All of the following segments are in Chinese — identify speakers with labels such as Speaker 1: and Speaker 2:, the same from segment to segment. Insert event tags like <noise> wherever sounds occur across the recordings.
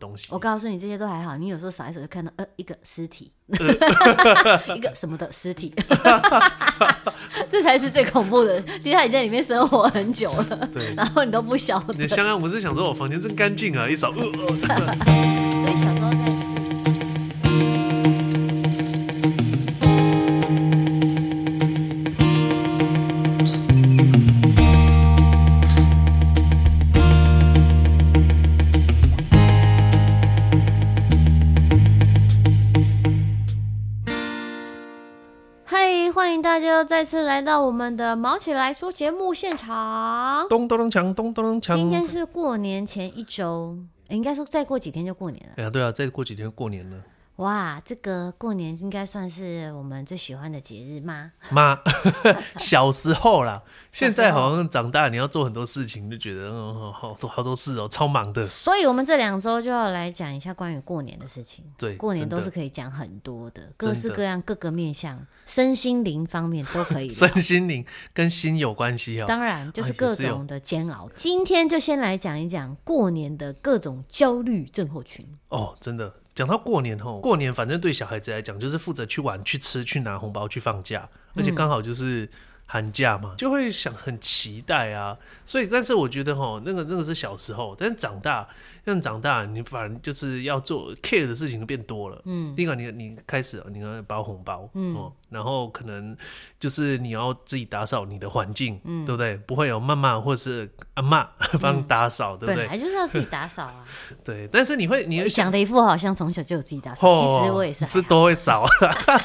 Speaker 1: 东西
Speaker 2: 我。告诉你，这些都还好。你有时候扫一扫就看到，呃，一个尸体， <laughs> 一个什么的尸体，这才是最恐怖的。其实他已经在里面生活很久了，
Speaker 1: 对，
Speaker 2: 然后你都不晓得。
Speaker 1: 那香港啊我是想说，我房间真干净啊，一扫，呃呃
Speaker 2: 所以小时候在。嗨，欢迎大家再次来到我们的《毛起来说》节目现场。
Speaker 1: 咚咚咚锵，咚咚咚
Speaker 2: 今
Speaker 1: 锵。
Speaker 2: 天是过年前一周，诶应该说再过几天就过年了。
Speaker 1: 哎呀，对啊，再过几天过年了，
Speaker 2: 哇，这个过年应该算是我们最喜欢的节日吗？
Speaker 1: 妈， <laughs> 小时候啦，现在好像长大，你要做很多事情，就觉得嗯，好好多好多事哦，超忙的。
Speaker 2: 所以我们这两周就要来讲一下关于过年的事情。
Speaker 1: 对，
Speaker 2: 过年
Speaker 1: 真的
Speaker 2: 都是可以讲很多的，各式
Speaker 1: 真的
Speaker 2: 各样、各个面向、身心灵方面都可以聊。
Speaker 1: 身心灵跟心有关系哦。
Speaker 2: 当然，就是
Speaker 1: 哎
Speaker 2: 各
Speaker 1: 也是有
Speaker 2: 种的煎熬。今天就先来讲一讲过年的各种焦虑症候群。
Speaker 1: 哦，真的。讲到过年吼，过年反正对小孩子来讲，就是负责去玩、去吃、去拿红包、去放假，而且
Speaker 2: 嗯
Speaker 1: 刚好就是寒假嘛，就会想很期待啊。所以，但是我觉得吼，那个那个是小时候，但是长大，像长大，你反而就是要做 care 的事情就变多了。
Speaker 2: 嗯，
Speaker 1: 第一个你，你开始你要包红包，
Speaker 2: 嗯
Speaker 1: 哦，然后可能就是你要自己打扫你的环境，嗯，对不对？不会有妈妈或是阿妈
Speaker 2: 嗯
Speaker 1: 帮打扫，对不
Speaker 2: 本
Speaker 1: 对？
Speaker 2: 来就是要自己打
Speaker 1: <laughs>
Speaker 2: 扫啊。
Speaker 1: 对，但是你会，你
Speaker 2: 我
Speaker 1: 会
Speaker 2: 想的一副好像从小就有自己打扫，
Speaker 1: 哦，
Speaker 2: 其实我也是还好。啊
Speaker 1: 都会少。 <laughs>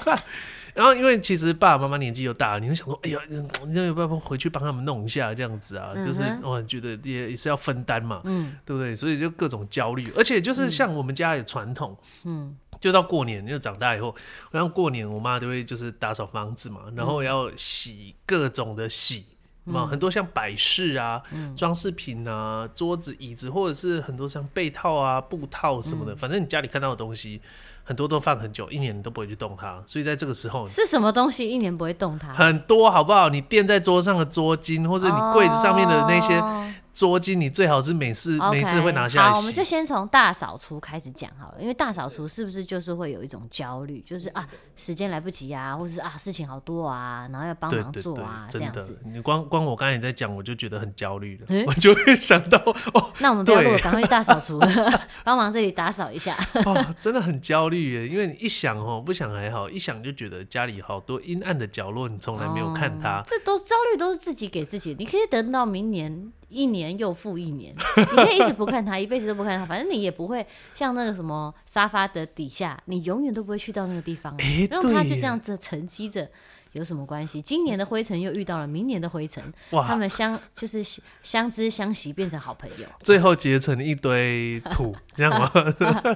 Speaker 1: 然后，因为其实爸爸妈妈年纪又大了，你会想说，哎呀，你要不要回去帮他们弄一下这样子啊？就是
Speaker 2: 嗯
Speaker 1: 我觉得也也是要分担嘛，
Speaker 2: 嗯
Speaker 1: 对不对？所以就各种焦虑，而且就是像我们家有传统，
Speaker 2: 嗯
Speaker 1: 就到过年，就长大以后，然后过年我妈都会就是打扫房子
Speaker 2: 嗯
Speaker 1: 嘛，然后要洗各种的洗。嘛，很多像摆饰啊、
Speaker 2: 嗯
Speaker 1: 装饰品啊、桌子、椅子，或者是很多像被套啊、布套什么
Speaker 2: 嗯
Speaker 1: 的，反正你家里看到的东西，很多都放很久，一年你都不会去动它。所以在这个时候，
Speaker 2: 是什么东西一年不会动它？
Speaker 1: 很多好不好？你垫在桌上的桌巾，或者你柜子上面的那些
Speaker 2: 哦
Speaker 1: 桌巾，你最好是每次
Speaker 2: OK，
Speaker 1: 每次会拿下来
Speaker 2: 好，我们就
Speaker 1: 洗。
Speaker 2: 先从大扫除开始讲好了，因为大扫除是不是就是会有一种焦虑，就是啊时间来不及啊，或者是啊事情好多啊，然后要帮
Speaker 1: 对
Speaker 2: 忙
Speaker 1: 对
Speaker 2: 做
Speaker 1: 对
Speaker 2: 啊，这
Speaker 1: 真
Speaker 2: 样
Speaker 1: 的
Speaker 2: 子。，
Speaker 1: 你光光我刚才在讲，我就觉得很焦虑了，
Speaker 2: 诶
Speaker 1: 我就会想到哦，
Speaker 2: 那我们不要录了，
Speaker 1: 对
Speaker 2: 赶快去大扫除， <laughs> 帮忙这里打扫一下。
Speaker 1: 哦，真的很焦虑耶，因为你一想哦，不想还好，一想就觉得家里好多阴暗的角落，你从来没有看它。
Speaker 2: 哦这都焦虑都是自己给自己，你可以等到明年。一年又复一年， <laughs> 你可以一直不看它，一辈子都不看它，反正你也不会像那个什么沙发的底下，你永远都不会去到那个地方啊，
Speaker 1: 诶
Speaker 2: 让它
Speaker 1: 对
Speaker 2: 就这
Speaker 1: 耶
Speaker 2: 样子沉积着，有什么关系？今年的灰尘又遇到了明年的灰尘，哦他
Speaker 1: 哇，
Speaker 2: 们相就是相相知相惜，变成好朋友。
Speaker 1: 最后结成一堆土，这样吗？ <laughs>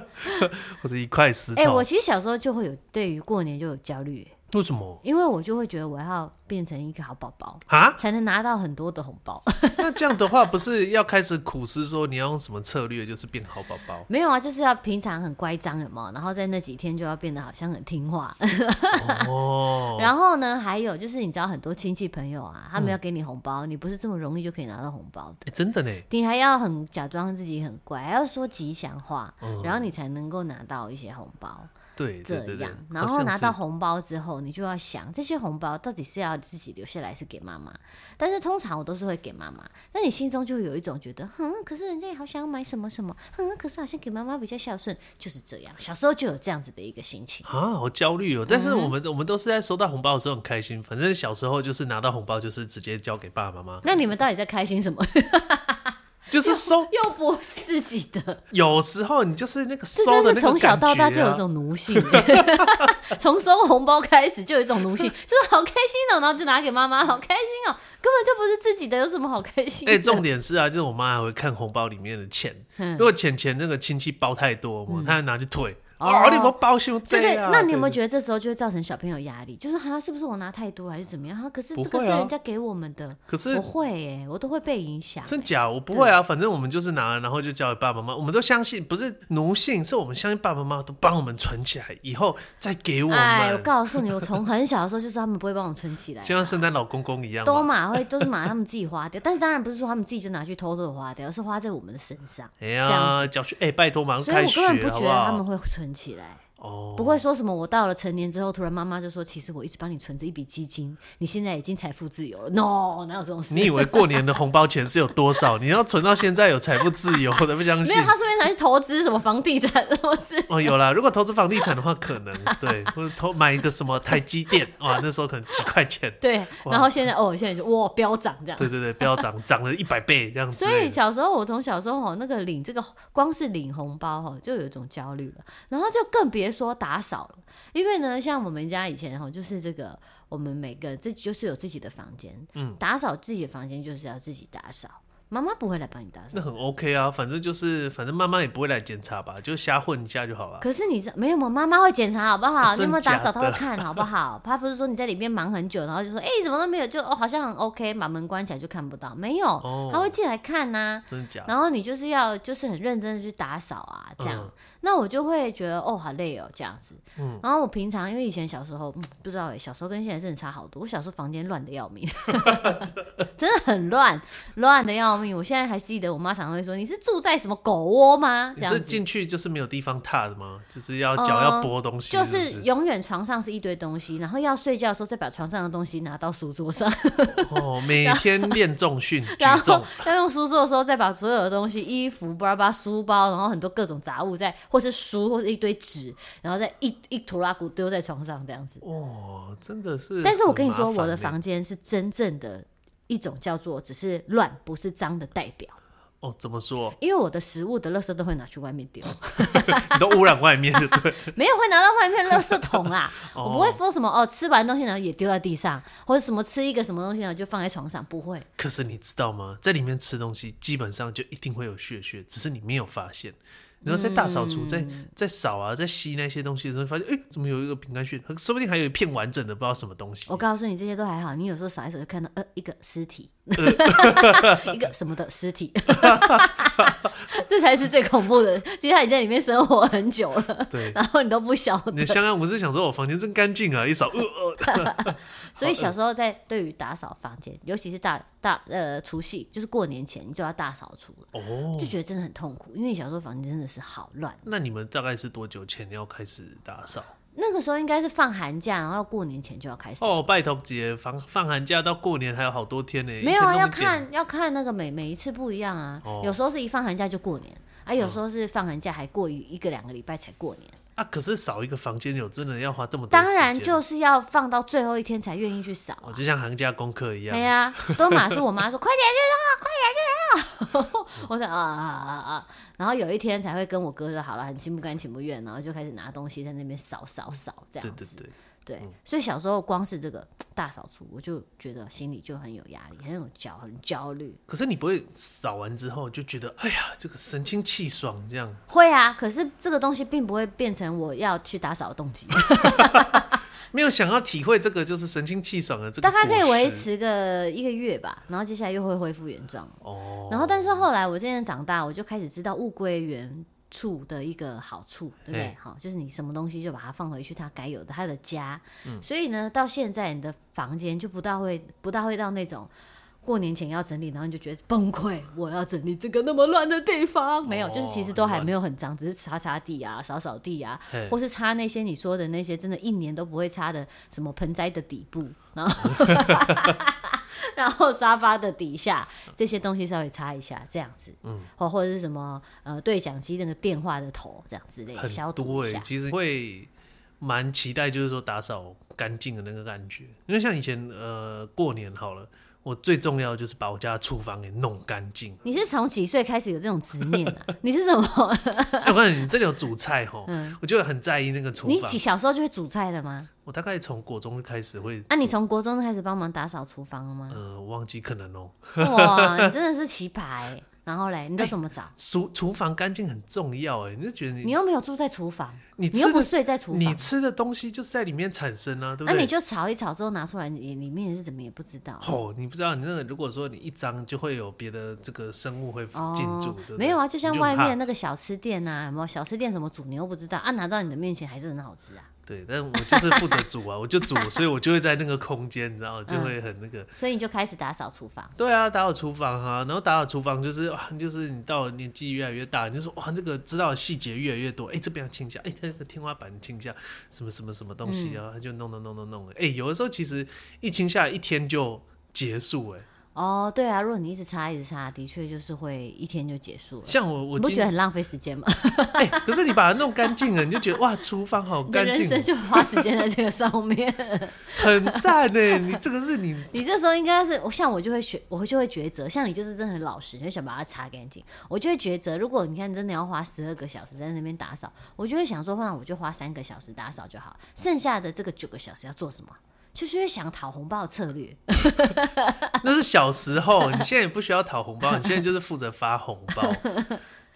Speaker 1: 或者一块石
Speaker 2: 哎、
Speaker 1: 头？
Speaker 2: 我其实小时候就会有对于过年就有焦虑，
Speaker 1: 为什么
Speaker 2: 因为我就会觉得我要变成一个好宝宝，
Speaker 1: 啊？
Speaker 2: 才能拿到很多的红包。
Speaker 1: 那这样的话，不是要开始苦思说你要用什么策略，就是变好宝宝？
Speaker 2: 没有啊，就是要平常很乖张，有没有？然后在那几天就要变得好像很听话。
Speaker 1: 哦，
Speaker 2: <laughs> 然后呢，还有就是你知道很多亲戚朋友啊，他们要给你红包，你不是这么容易就可以拿到红包
Speaker 1: 哎，
Speaker 2: 的，
Speaker 1: 真的呢，
Speaker 2: 你还要很假装自己很乖，还要说吉祥话，
Speaker 1: 嗯
Speaker 2: 然后你才能够拿到一些红包。
Speaker 1: 对
Speaker 2: 这
Speaker 1: 对对对
Speaker 2: 样，，
Speaker 1: 好
Speaker 2: 然后
Speaker 1: 像
Speaker 2: 拿
Speaker 1: 是
Speaker 2: 到红包之后，你就要想这些红包到底是要自己留下来是给妈妈，但是通常我都是会给妈妈，那你心中就会有一种觉得，哼，可是人家也好想要买什么什么，哼，可是好像给妈妈比较孝顺，就是这样，小时候就有这样子的一个心情。
Speaker 1: 啊，好焦虑哦！但是
Speaker 2: 嗯
Speaker 1: 我们、我们都是在收到红包的时候很开心，反正小时候就是拿到红包就是直接交给爸爸妈妈，
Speaker 2: 那你们到底在开心什么？ <laughs>
Speaker 1: 就是收。
Speaker 2: 又不是自己的，
Speaker 1: 有时候你就是那个
Speaker 2: 这
Speaker 1: 收
Speaker 2: 真
Speaker 1: 的那
Speaker 2: 是
Speaker 1: 个
Speaker 2: 从小
Speaker 1: 感觉、
Speaker 2: 到
Speaker 1: 啊，
Speaker 2: 大就有一种奴性 <laughs> 欸，从收红包开始就有一种奴性， <laughs> 就是好开心哦，然后就拿给妈妈，好开心哦，根本就不是自己的，有什么好开心的？
Speaker 1: 哎、重点是啊，就是我妈还会看红包里面的钱，
Speaker 2: <laughs> 嗯
Speaker 1: 如果钱钱那个亲戚包太多嘛，她还拿去退。哦，你们包修
Speaker 2: 对对，
Speaker 1: 啊？
Speaker 2: 那你有没有
Speaker 1: 对
Speaker 2: 觉得这时候就会造成小朋友压力？就是哈，是不是我拿太多还是怎么样？哈，可是
Speaker 1: 不
Speaker 2: 这个
Speaker 1: 会
Speaker 2: 是
Speaker 1: 啊
Speaker 2: 人家给我们的，
Speaker 1: 可是
Speaker 2: 我会哎、我都会被影响、
Speaker 1: 真假？我不会啊，反正我们就是拿了，然后就交给爸爸妈妈。我们都相信，不是奴性，是我们相信爸爸妈妈都帮我们存起来，以后再给我
Speaker 2: 哎，我
Speaker 1: 们，
Speaker 2: 告诉你，我从很小的时候就知道他们不会帮我
Speaker 1: <laughs>
Speaker 2: 存起来，
Speaker 1: 就像圣诞老公公一样
Speaker 2: 都
Speaker 1: 嘛。
Speaker 2: 嘛会都是买他们自己花掉，但是当然不是说他们自己就拿去偷偷的花掉，而是花在我们的身上，
Speaker 1: 哎
Speaker 2: 这样
Speaker 1: 呀，缴学哎，拜托，马上
Speaker 2: 所以
Speaker 1: 开
Speaker 2: 我
Speaker 1: 学
Speaker 2: 根本不
Speaker 1: 好
Speaker 2: 觉
Speaker 1: 不
Speaker 2: 得他们
Speaker 1: 好？
Speaker 2: 会存起来。
Speaker 1: 哦，
Speaker 2: 不会说什么，我到了成年之后，突然妈妈就说，其实我一直帮你存着一笔基金，你现在已经财富自由了。No，哪有这种事？
Speaker 1: 你以为过年的红包钱是有多少？ <laughs> 你要存到现在有财富自由的，不相
Speaker 2: 没
Speaker 1: 信
Speaker 2: 有，？他顺便拿去投资什么房地产什么之类的
Speaker 1: 哦，有啦，如果投资房地产的话，可能对，或者投买一个什么台积电，
Speaker 2: <laughs>
Speaker 1: 哇，那时候可能几块钱。
Speaker 2: 对，
Speaker 1: 哇
Speaker 2: 然后现在哦，现在就哇飙涨这样。
Speaker 1: 对对对，不要涨，涨了一百倍这样子。
Speaker 2: 所以小时候我从小时候哦，那个领这个光是领红包哦，就有一种焦虑了，然后就更别说打扫了，因为呢，像我们家以前哦，就是这个我们每个这就是有自己的房间，
Speaker 1: 嗯，
Speaker 2: 打扫自己的房间就是要自己打扫，妈妈不会来帮你打扫
Speaker 1: 那。很 OK 啊，反正就是，反正妈妈也不会来检查吧，就瞎混一下就好了。
Speaker 2: 可是你这没有吗？妈妈会检查好不好？
Speaker 1: 啊
Speaker 2: 你有没有打
Speaker 1: 真假
Speaker 2: 扫？她
Speaker 1: 的
Speaker 2: 会看好不好？她不是说你在里面忙很久，然后就说哎、什么都没有，就哦好像很 OK，把门关起来就看不到，没有，
Speaker 1: 哦
Speaker 2: 她会进来看呐、
Speaker 1: 真的假的？
Speaker 2: 然后你就是要就是很认真的去打扫啊，这样。
Speaker 1: 嗯
Speaker 2: 那我就会觉得哦，好累哦，这样子。
Speaker 1: 嗯
Speaker 2: 然后我平常因为以前小时候、嗯不知道哎，小时候跟现在真的差好多。我小时候房间乱的
Speaker 1: <laughs>
Speaker 2: 要命，真的很乱，乱的要命。我现在还记得我妈常常会说：“你是住在什么狗窝吗？”这
Speaker 1: 你
Speaker 2: 样
Speaker 1: 是
Speaker 2: 子。
Speaker 1: 进去就是没有地方踏的吗？就是要
Speaker 2: 呃
Speaker 1: 脚要拨东西
Speaker 2: 就是
Speaker 1: 不
Speaker 2: 是
Speaker 1: 是
Speaker 2: 永远床上是一堆东西，然后要睡觉的时候再把床上的东西拿到书桌上，
Speaker 1: 哦，每天练重训、举
Speaker 2: <laughs> 然后
Speaker 1: 重，
Speaker 2: 要用书桌的时候，再把所有的东西，衣服、巴拉巴拉、书包，然后很多各种杂物在，或是书，或是一堆纸，然后再一一土拉骨丢在床上这样子。
Speaker 1: 哦，真的是。
Speaker 2: 但是我跟你说，我的，房间是真正的一种叫做只是乱不是脏的代表，
Speaker 1: 哦，怎么说？
Speaker 2: 因为我的食物的垃圾都会拿去外面
Speaker 1: <laughs>
Speaker 2: 丢，
Speaker 1: 你都污染外面，对不对？
Speaker 2: 没有会拿到外面垃圾桶啦。
Speaker 1: <laughs> 哦
Speaker 2: 我不会说什么哦，吃完东西然后也丢在地上，或者什么吃一个什么东西然后就放在床上，不会。
Speaker 1: <laughs> 可是你知道吗？在里面吃东西，基本上就一定会有血血，只是你没有发现。然后在大扫除、在
Speaker 2: 嗯
Speaker 1: 在扫啊、在吸那些东西的时候，发现哎、诶怎么有一个饼干屑？说不定还有一片完整的，不知道什么东西
Speaker 2: 我。告诉你，这些都还好。你有时候扫一扫就看到呃一个
Speaker 1: <laughs>
Speaker 2: 尸体，一个什么的尸体， <laughs> 这才是最恐怖的。其实他已经在里面生活很久了，
Speaker 1: 对，
Speaker 2: 然后你都不晓
Speaker 1: 你的
Speaker 2: 得。
Speaker 1: 香港不是想说我哦房间真干净啊，一扫，呃呃，
Speaker 2: 所以小时候在对于打扫房间，尤其是大大呃除夕，就是过年前，你就要大扫除了，
Speaker 1: 哦
Speaker 2: 就，觉得真的很痛苦。因为小时候房间真的是好乱。
Speaker 1: 那你们大概是多久前要开始打扫？
Speaker 2: 那个时候应该是放寒假，然后过年前就要开始。
Speaker 1: 哦，拜托姐，放放寒假到过年还有好多天呢、
Speaker 2: 没有啊，
Speaker 1: 一天弄一
Speaker 2: 要
Speaker 1: 点
Speaker 2: 看要看那个每每一次不一样啊。
Speaker 1: 哦嗯
Speaker 2: 有时候是一放寒假就过年，啊，有时候是放寒假还过一一个两个礼拜才过年。
Speaker 1: 啊。可是扫一个房间有真的要花这么多时
Speaker 2: 当
Speaker 1: 间
Speaker 2: 然就是要放到最后一天才愿意去扫、
Speaker 1: 哦，
Speaker 2: 啊。
Speaker 1: 就像寒假功课一样。
Speaker 2: 对呀、都马是我
Speaker 1: <laughs>
Speaker 2: 妈说快点去啊，快点去啊！ <laughs> 我想啊啊啊啊！然后有一天才会跟我哥说好了，很心不甘情不愿，然后就开始拿东西在那边扫扫扫这
Speaker 1: 对
Speaker 2: 样
Speaker 1: 对嗯
Speaker 2: 子。
Speaker 1: 对，
Speaker 2: 对所以小时候光是这个大扫除，我就觉得心里就很有压力，很有焦，很焦虑。
Speaker 1: 可是你不会扫完之后就觉得，哎呀，这个神清气爽这样。
Speaker 2: 会啊，可是这个东西并不会变成我要去打扫的动
Speaker 1: <laughs>
Speaker 2: 机，
Speaker 1: 没有想要体会这个就是神清气爽的这个
Speaker 2: 大概可以维
Speaker 1: 果实
Speaker 2: 持个一个月吧，然后接下来又会恢复原状。
Speaker 1: 哦。
Speaker 2: 然后，但是后来我渐渐长大，我就开始知道物归原处的一个好处，对不对
Speaker 1: 嘿？
Speaker 2: 好，就是你什么东西就把它放回去它该有的它的家。
Speaker 1: 嗯
Speaker 2: 所以呢，到现在你的房间就不大会不大会到那种。过年前要整理，然后你就觉得崩溃，我要整理这个那么乱的地方。没有，就是其实都
Speaker 1: 哦
Speaker 2: 还没有很脏，只是擦擦地啊、扫扫地啊，
Speaker 1: 嘿
Speaker 2: 或是擦那些你说的那些真的一年都不会擦的什么盆栽的底部，然后
Speaker 1: <laughs>
Speaker 2: 然后沙发的底下这些东西稍微擦一下，这样子，嗯，或或者是什么呃对讲机那个电话的头这样之类的，消
Speaker 1: 很
Speaker 2: 毒
Speaker 1: 多
Speaker 2: 一
Speaker 1: 哎、
Speaker 2: 下。
Speaker 1: 其实会蛮期待，就是说打扫干净的那个感觉。因为像以前呃过年好了，我最重要就是把我家厨房给弄干
Speaker 2: <laughs>
Speaker 1: 净。
Speaker 2: 你是从几岁开始有这种执念啊？你是什么？
Speaker 1: 哎我告诉你，你真的有煮菜吼，我就很在意那个 <laughs> 厨
Speaker 2: 嗯你
Speaker 1: 房
Speaker 2: 几。小时候就会煮菜了吗？
Speaker 1: 我大概从国中就开始会，
Speaker 2: 啊，你从
Speaker 1: <laughs>
Speaker 2: 国中开始帮忙打扫厨房了吗？
Speaker 1: 呃，我忘记可能哦、
Speaker 2: 哇，你真的是奇葩哎、然后嘞，你都怎么找？
Speaker 1: 厨厨房干净很重要哎、你就觉得你
Speaker 2: 你又没有住在厨房，
Speaker 1: 你
Speaker 2: 你又
Speaker 1: 吃
Speaker 2: 不
Speaker 1: 的
Speaker 2: 睡在厨
Speaker 1: 你
Speaker 2: 房，
Speaker 1: 吃的东西就是在里面产生啊，对
Speaker 2: 那
Speaker 1: 不
Speaker 2: 你
Speaker 1: 对？
Speaker 2: 就炒一炒之后拿出来，你里面是怎么也不知道。
Speaker 1: 哦，你不知道，你那个如果说你一张就会有别的这个生物会进驻，对不对
Speaker 2: 哦没有啊，就像
Speaker 1: 你很
Speaker 2: 外
Speaker 1: 怕
Speaker 2: 面那个小吃店啊，有没有小吃店什么煮你又不知道啊，拿到你的面前还是很好吃啊。
Speaker 1: 对，但我就是负责煮啊，我就煮，所以我就会在那个空间，你知道
Speaker 2: <laughs>
Speaker 1: 吗，就会
Speaker 2: 嗯
Speaker 1: 很那个。
Speaker 2: 所以你就开始打扫厨
Speaker 1: <laughs>
Speaker 2: 房，
Speaker 1: 对啊，打扫厨房啊，然后打扫厨房就是哇，就是你到了年纪越来越大，你就说哇，这个知道的细节越来越多，哎、这边要清一下，哎、这个天花板清一下，什么什么什么东西啊，他就弄弄弄弄弄了。哎、有的时候其实一清下来一天就结束、哎，
Speaker 2: 哦，对啊，如果你一直擦一直擦，的确就是会一天就结束了。
Speaker 1: 像我我
Speaker 2: 你不
Speaker 1: 今
Speaker 2: 觉得很浪费时间吗？
Speaker 1: 哎、可是你把它弄干净了，你就觉得哇，厨房好
Speaker 2: 你的
Speaker 1: 干
Speaker 2: 人
Speaker 1: 净
Speaker 2: 生
Speaker 1: 哦，
Speaker 2: 就花时间在这个上面。
Speaker 1: 很赞呢。你这个是你
Speaker 2: 你这时候应该是，我像我就会选，我就会抉择。像你就是真的很老实，你就想把它擦干净。我就会抉择，如果你看真的要花十二个小时在那边打扫，我就会想说，那我就花三个小时打扫就好，剩下的这个九个小时要做什么？ <laughs> 就是会想讨红包的策略。哦
Speaker 1: 那是小时候，你现在也不需要讨红包，你现在就是负责发红包。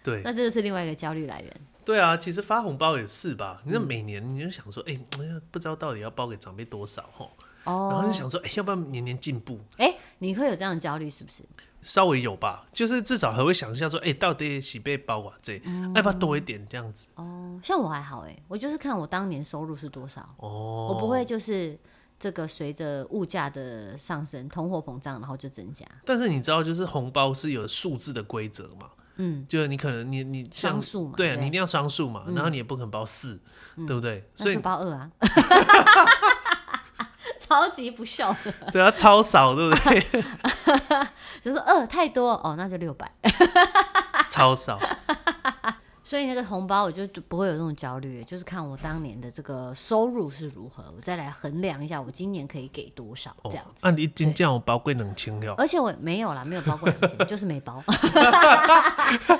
Speaker 1: 对
Speaker 2: 那这就是另外一个焦虑来源。
Speaker 1: 对啊，其实发红包也是吧。你那
Speaker 2: 嗯
Speaker 1: 每年你就想说，哎、哎呀不知道到底要包给长辈多少吼，然后
Speaker 2: 哦
Speaker 1: 就，想说，哎、要不要年年进步？
Speaker 2: 哎、你会有这样的焦虑是不哦是？
Speaker 1: 稍微有吧，就是至少还会想一下说，哎、到底喜被包啊这，
Speaker 2: 嗯
Speaker 1: 要不要多一点这样子？
Speaker 2: 哦，像我还好哎、我就是看我当年收入是多少，
Speaker 1: 哦，
Speaker 2: 我不会就是这个随着物价的上升、通货膨胀，然后就增加。
Speaker 1: 但是你知道，就是红包是有数字的规则嘛？
Speaker 2: 嗯，
Speaker 1: 就是你可能你你像
Speaker 2: 双数嘛
Speaker 1: 对啊，
Speaker 2: 对嗯
Speaker 1: 你一定要双数嘛，然后你也不可能包四，对不对？所
Speaker 2: 那
Speaker 1: 以
Speaker 2: 就包二
Speaker 1: <laughs>
Speaker 2: 啊，超级不孝的，
Speaker 1: 对啊，超少，对不对？
Speaker 2: <laughs> 就说二太多哦，那就六百。
Speaker 1: 超少，
Speaker 2: 所以那个红包我就就不会有这种焦虑，就是看我当年的这个收入是如何，我再来衡量一下我今年可以给多少这
Speaker 1: 哦
Speaker 2: 样子。，
Speaker 1: 啊，你一斤这样我包贵冷清了。
Speaker 2: 而且我没有啦，没有包过两千，就是没包， <laughs>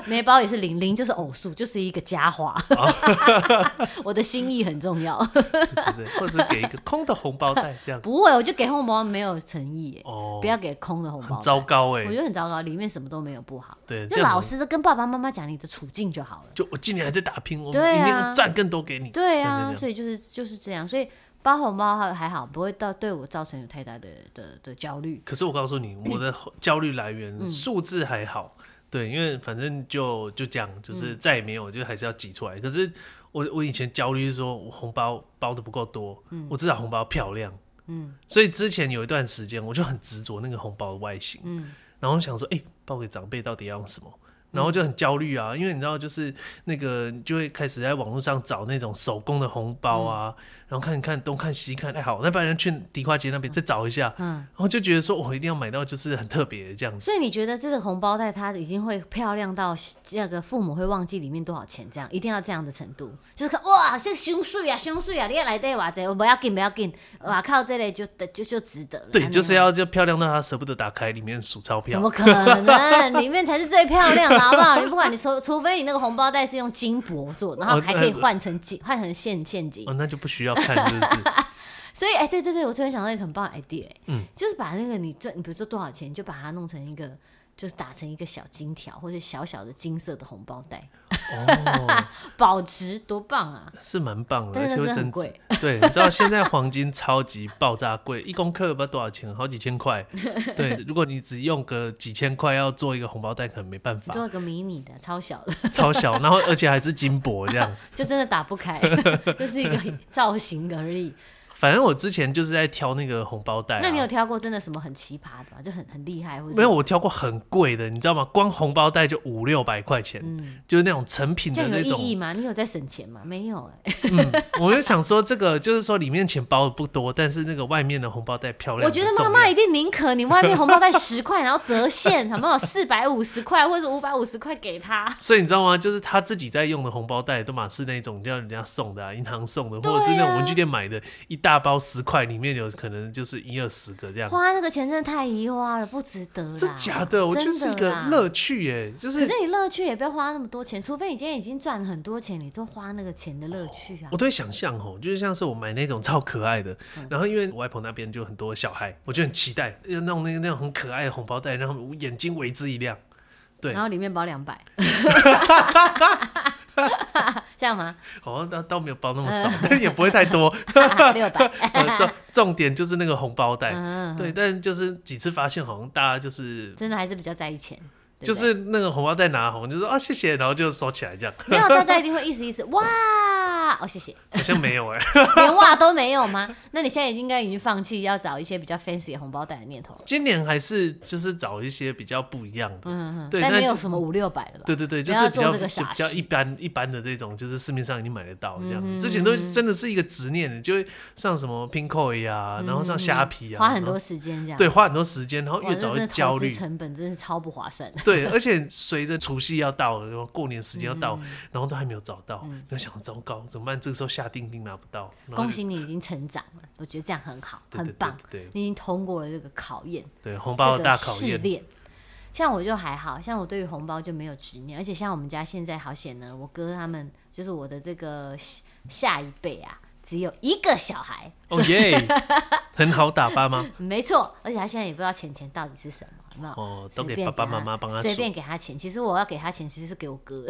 Speaker 2: 没包也是零零，就是偶数，就是一个佳话。
Speaker 1: 哦
Speaker 2: <laughs>
Speaker 1: <laughs>
Speaker 2: 我的心意很重要，。
Speaker 1: 对不对？或者是给一个空的红包袋这样
Speaker 2: 不会，我就给红包没有诚意耶，
Speaker 1: 哦
Speaker 2: 不，要给空的红包
Speaker 1: 很
Speaker 2: 袋，
Speaker 1: 糟糕哎、
Speaker 2: 我觉得很糟糕，里面什么都没有不好。
Speaker 1: 对，这
Speaker 2: 就
Speaker 1: 样
Speaker 2: 老
Speaker 1: 我
Speaker 2: 实的跟爸爸妈妈讲你的处境就好了。
Speaker 1: 就我今年还在打拼，我
Speaker 2: 对
Speaker 1: 们
Speaker 2: 啊
Speaker 1: 一定要赚更多给你。
Speaker 2: 对
Speaker 1: 真
Speaker 2: 啊，
Speaker 1: 的
Speaker 2: 所以就是就是这样，所以包红包还还好，不会到对我造成有太大的的的焦虑。
Speaker 1: 可是我告诉你，我的焦虑来
Speaker 2: 嗯
Speaker 1: 源数字还好，对，因为反正就就这样，就是再也没有，就还是要挤出来。可是我我以前焦虑是说我红包包的不够多，我至少红包漂亮，嗯，所以之前有一段时间我就很执着那个红包的外形，嗯，然后想说，哎、包给长辈到底要用什么？然后就很焦虑啊，因为你知道，就是那个你就会开始在网络上找那种手工的红包啊，然后看看东看西看，哎好，那不然去迪化街那边再找一下，然后就觉得说我一定要买到就是很特别的这样子。
Speaker 2: 所以你觉得这个红包袋它已经会漂亮到那个父母会忘记里面多少钱，这样一定要这样的程度，就是看哇，这个胸碎啊，胸碎啊，你也来对我这，我不要紧不要紧，哇靠，这类就就就值得了。
Speaker 1: 对，就是
Speaker 2: 这样
Speaker 1: 要就漂亮到他舍不得打开里面数钞
Speaker 2: 怎
Speaker 1: 票。
Speaker 2: 么可
Speaker 1: <laughs>
Speaker 2: 能？哎里面才是最漂亮的，好不好？你不管你说， <laughs> 除非你那个红包袋是用金箔做，然后还可以换成金，换成现现金
Speaker 1: 哦，。那就不需要看，是不 <laughs> 是？
Speaker 2: 所以，哎、对对对，我突然想到一个很棒的 idea，、嗯，就是把那个你赚，你比如说多少钱，你就把它弄成一个，就是打成一个小金条或者小小的金色的红包袋，
Speaker 1: 哦，
Speaker 2: <laughs> 保值多棒啊！
Speaker 1: 是蛮棒的，
Speaker 2: 但
Speaker 1: 而
Speaker 2: 是
Speaker 1: 且
Speaker 2: 那
Speaker 1: 会
Speaker 2: 真的
Speaker 1: 增值
Speaker 2: 很贵。
Speaker 1: <laughs> 对，你知道现在黄金超级爆炸贵，一公克不知道多少钱，好几千
Speaker 2: <laughs>
Speaker 1: 块。对，如果你只用个几千块要做一个红包袋，可能没办
Speaker 2: 你
Speaker 1: 法，
Speaker 2: 做一个迷你的，超小的，
Speaker 1: 超小，然后而且还是金箔这样。 <laughs>
Speaker 2: 就真的打不开， <laughs> 就是一个造型而
Speaker 1: 哎
Speaker 2: 已。
Speaker 1: 反正我之前就是在挑那个红包袋、啊，
Speaker 2: 那你有挑过真的什么很奇葩的吗？就很很厉害，或者
Speaker 1: 没有，我挑过很贵的，你知道吗？光红包袋就五六百块钱，就是那种成品
Speaker 2: 嗯这
Speaker 1: 的
Speaker 2: 样有
Speaker 1: 那
Speaker 2: 意义
Speaker 1: 种。
Speaker 2: 吗？你有在省钱吗？没有、哎。
Speaker 1: 我就想说，这个就是说里面钱包的不多，但是那个外面的红包袋漂亮。
Speaker 2: 我觉得妈妈一定宁可你外面红包袋十块，然后折现，好不好？四百五十块或者五百五十块给她。
Speaker 1: 所以你知道吗？就是他自己在用的红包袋，都嘛是那种叫人家送的、啊，银行送的，
Speaker 2: 对啊
Speaker 1: 或者是那种文具店买的，一大包十块，里面有可能就是一二十个这样。
Speaker 2: 花那个钱真的太移花了，不值得啦。
Speaker 1: 这嗯假的，我就是一
Speaker 2: 真
Speaker 1: 个
Speaker 2: 的啦
Speaker 1: 乐趣耶，就
Speaker 2: 可
Speaker 1: 是
Speaker 2: 是你乐趣也不要花那么多钱，除非你今天已经赚了很多钱，你就花那个钱的乐趣啊
Speaker 1: 我。都会想象哦，就是像是我买那种超可爱的，
Speaker 2: 嗯
Speaker 1: 然后因为我外婆那边就很多小孩，我就很期待要弄那个那种很可爱的红包袋，让他们眼睛为之一亮。对
Speaker 2: 然，后里面包
Speaker 1: <laughs>
Speaker 2: 两百，这样吗？ <laughs>
Speaker 1: 好像倒倒没有包那么少， <laughs> 但也不会太多。
Speaker 2: 嗯啊六百，
Speaker 1: <laughs>
Speaker 2: 哎
Speaker 1: 呃重重点就是那个红包袋，
Speaker 2: 嗯，
Speaker 1: 对，但就是几次发现好像大家就是
Speaker 2: 真的还是比较在意钱，对不
Speaker 1: 就是
Speaker 2: 对
Speaker 1: 那个红包袋拿红，就说啊谢谢，然后就收起来这样，
Speaker 2: 没有，大家一定会意思意思，哇，哦，谢谢，
Speaker 1: 好像没有哎、 <laughs>
Speaker 2: 连袜都没有吗？那你现在应该已经放弃要找一些比较 fancy 的红包袋的念头了，
Speaker 1: 今年还是就是找一些比较不一样的，
Speaker 2: 嗯，
Speaker 1: 对
Speaker 2: 但
Speaker 1: 那
Speaker 2: 没有
Speaker 1: 就
Speaker 2: 什么五六百了吧？
Speaker 1: 对对对，
Speaker 2: 不
Speaker 1: 就
Speaker 2: 要
Speaker 1: 是比
Speaker 2: 做
Speaker 1: 较
Speaker 2: 这个
Speaker 1: 就
Speaker 2: 傻
Speaker 1: 比较
Speaker 2: 事
Speaker 1: 一般一般的这种，就是市面上已经买得到这样。
Speaker 2: 嗯
Speaker 1: 之前都真的是一个执念，你就会上什么 Pinkoi 呀、然后上虾皮啊，
Speaker 2: 嗯花很多
Speaker 1: 然
Speaker 2: 时间这
Speaker 1: 后
Speaker 2: 样，
Speaker 1: 对，花很多时间，然后
Speaker 2: 哇，
Speaker 1: 越
Speaker 2: 这
Speaker 1: 早
Speaker 2: 真
Speaker 1: 越
Speaker 2: 的
Speaker 1: 焦
Speaker 2: 投资
Speaker 1: 虑。
Speaker 2: 成本真是超不划算的。
Speaker 1: <laughs> 对，而且随着除夕要到了，然后过年时间要到，
Speaker 2: 嗯
Speaker 1: 然后都还没有找到，你就想糟糕，怎么办？这个时候下定金拿不到，然后
Speaker 2: 恭
Speaker 1: 就
Speaker 2: 喜你已经成长了，我觉得这样很好，
Speaker 1: 对对
Speaker 2: 很棒，
Speaker 1: 对对
Speaker 2: 你已经通过了这个考验。
Speaker 1: 对红包的
Speaker 2: 这个
Speaker 1: 大考
Speaker 2: 试
Speaker 1: 验，
Speaker 2: 炼。像我就还好像我对于红包就没有执念，而且像我们家现在好险呢，我哥他们就是我的这个下下一辈啊，只有一个小孩，
Speaker 1: 哦耶，很好打发
Speaker 2: <laughs>
Speaker 1: 吗？
Speaker 2: 没错，而且他现在也不知道钱钱到底是什么，有没有
Speaker 1: 哦，都
Speaker 2: 随
Speaker 1: 给
Speaker 2: 便
Speaker 1: 爸爸妈妈帮他
Speaker 2: 随
Speaker 1: 数。
Speaker 2: 便给他钱。其实我要给他钱，其实是给我
Speaker 1: <laughs>
Speaker 2: 哥，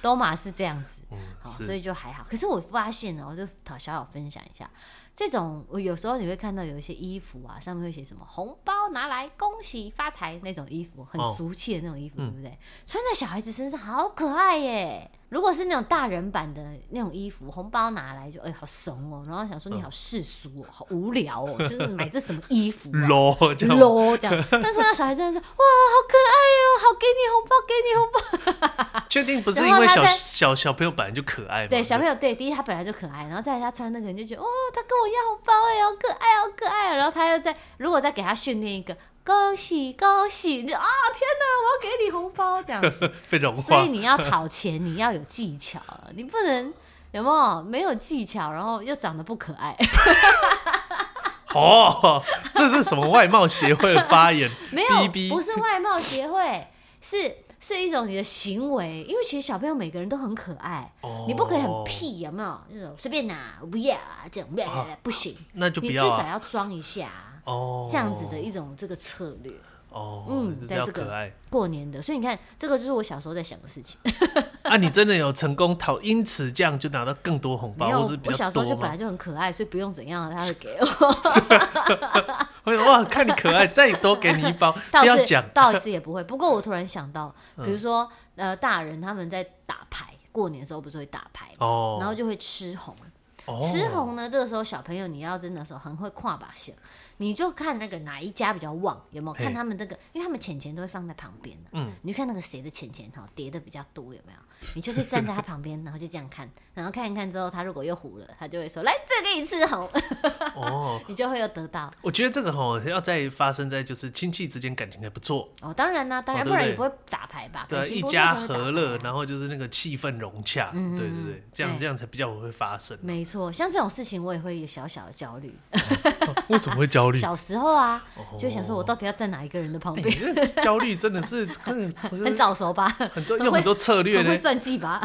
Speaker 2: 都嘛是这样子，好，
Speaker 1: 嗯是
Speaker 2: 所以就还好。可是我发现哦呢，我就讨小小分享一下，这种我有时候你会看到有一些衣服啊，上面会写什么“红包拿来，恭喜发财”那种衣服，很
Speaker 1: 哦
Speaker 2: 俗气的那种衣服，
Speaker 1: 嗯
Speaker 2: 对不对？穿在小孩子身上好可爱耶。如果是那种大人版的那种衣服，红包拿来就哎、好怂哦，然后想说
Speaker 1: 嗯
Speaker 2: 你好世俗哦，好无聊哦，就是买这什么衣服、
Speaker 1: <laughs>
Speaker 2: 啊？
Speaker 1: low 这样
Speaker 2: low 这样，但是那小孩真的是哇，好可爱哦，好给你红包，给你红包。
Speaker 1: 确定不是
Speaker 2: 然
Speaker 1: 因
Speaker 2: 后
Speaker 1: 为
Speaker 2: 他
Speaker 1: 小
Speaker 2: 在
Speaker 1: 小小朋友本来就可爱嘛？
Speaker 2: 对，小朋友对，第一他本来就可爱，然后再来他穿那个，你就觉得哦，他跟我要红包哎，好可爱，好可爱哦。然后他又在，如果再给他训练一个恭喜恭喜，你就啊、天哪，我要给你红包这样子。
Speaker 1: <laughs> 被融
Speaker 2: 所
Speaker 1: 化
Speaker 2: 以，你要讨钱，你要有技巧，啊你不能有没有没有技巧，然后又长得不可爱。 <laughs>
Speaker 1: 哦，这是什么外貌协会的发言？
Speaker 2: <laughs> 没有，
Speaker 1: 逼逼
Speaker 2: 不是外貌协会，是是一种你的行为，因为其实小朋友每个人都很可爱，
Speaker 1: 哦
Speaker 2: 你不可以很屁，有没有？那种随便拿，我不要啊，这种不要不要不要不行，
Speaker 1: 那就不
Speaker 2: 你至
Speaker 1: 要
Speaker 2: 少
Speaker 1: 啊。
Speaker 2: 要装一下啊、
Speaker 1: 哦，
Speaker 2: 这样子的一种这个策略，
Speaker 1: 哦，
Speaker 2: 嗯
Speaker 1: 就是
Speaker 2: 在
Speaker 1: 要
Speaker 2: 这个
Speaker 1: 可爱
Speaker 2: 过年的，所以你看，这个就是我小时候在想的事情。
Speaker 1: <laughs> 啊！你真的有成功讨，因此这样就拿到更多红包，
Speaker 2: 没有，
Speaker 1: 或是
Speaker 2: 我
Speaker 1: 比较
Speaker 2: 小时候
Speaker 1: 多
Speaker 2: 就本
Speaker 1: 吗？
Speaker 2: 来就很可爱，所以不用怎样，他会给
Speaker 1: <laughs>
Speaker 2: 我。
Speaker 1: 会哎哇，看你可爱，再多给你一
Speaker 2: <laughs>
Speaker 1: 包，不
Speaker 2: 倒
Speaker 1: 要
Speaker 2: 是
Speaker 1: 讲嗯
Speaker 2: 倒是也不会。不过我突然想到，比如说、呃，大人他们在打牌，过年的时候不是会打牌吗，
Speaker 1: 哦。
Speaker 2: 然后就会吃红。
Speaker 1: 后
Speaker 2: 吃哦红呢，这个时候小朋友你要真的时候很会跨把线，你就看那个哪一家比较旺，有没有
Speaker 1: 嘿
Speaker 2: 看他们这个，因为他们钱钱都会放在旁边、啊、
Speaker 1: 嗯，
Speaker 2: 你就看那个谁的钱钱哈叠的比较多，有没有？你就去站在他旁边，然后就这样看，然后看一看之后，他如果又糊了，他就会说来这个给你吃红，
Speaker 1: 哦，
Speaker 2: 你就会有得到。
Speaker 1: 我觉得这个吼要在发生在就是亲戚之间感情还不错，
Speaker 2: 哦，当然啦、当然、
Speaker 1: 哦对不对
Speaker 2: 不然也不会打牌吧？
Speaker 1: 对啊，
Speaker 2: 感情
Speaker 1: 一
Speaker 2: 不错
Speaker 1: 家
Speaker 2: 才会打
Speaker 1: 和
Speaker 2: 牌
Speaker 1: 乐，
Speaker 2: 啊
Speaker 1: 然后就是那个气氛融洽，
Speaker 2: 嗯嗯
Speaker 1: 对对对，这样
Speaker 2: 对
Speaker 1: 这样才比较会发生。
Speaker 2: 没错，像这种事情我也会有小小的焦虑。
Speaker 1: 为什么会焦虑？
Speaker 2: 嗯小时候啊，
Speaker 1: 哦
Speaker 2: 就想说我到底要站哪一个人的旁
Speaker 1: 哎
Speaker 2: 边，
Speaker 1: 你这焦虑真的是很
Speaker 2: <laughs> 很早熟吧，很
Speaker 1: 很多
Speaker 2: 很
Speaker 1: 用
Speaker 2: 会
Speaker 1: 很多策略呢
Speaker 2: <laughs> 会算计吧。